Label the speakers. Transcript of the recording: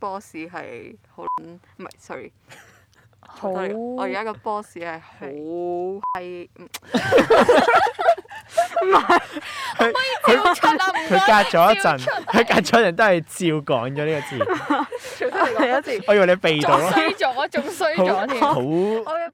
Speaker 1: boss 係好撚唔係，sorry，
Speaker 2: 好
Speaker 1: 我覺得我而家個 boss 係好係
Speaker 3: 佢佢
Speaker 2: 出啦，唔
Speaker 3: 佢
Speaker 2: 該。
Speaker 3: 隔咗一
Speaker 2: 笑
Speaker 3: 陣，
Speaker 2: 出嚟
Speaker 3: 佢隔咗一陣都係照講咗呢個字。
Speaker 1: 最多嚟講一次。
Speaker 3: 我以為你避到
Speaker 2: 仲
Speaker 3: 咯，
Speaker 2: 衰咗，仲衰咗添。
Speaker 3: 好好
Speaker 1: 我嘅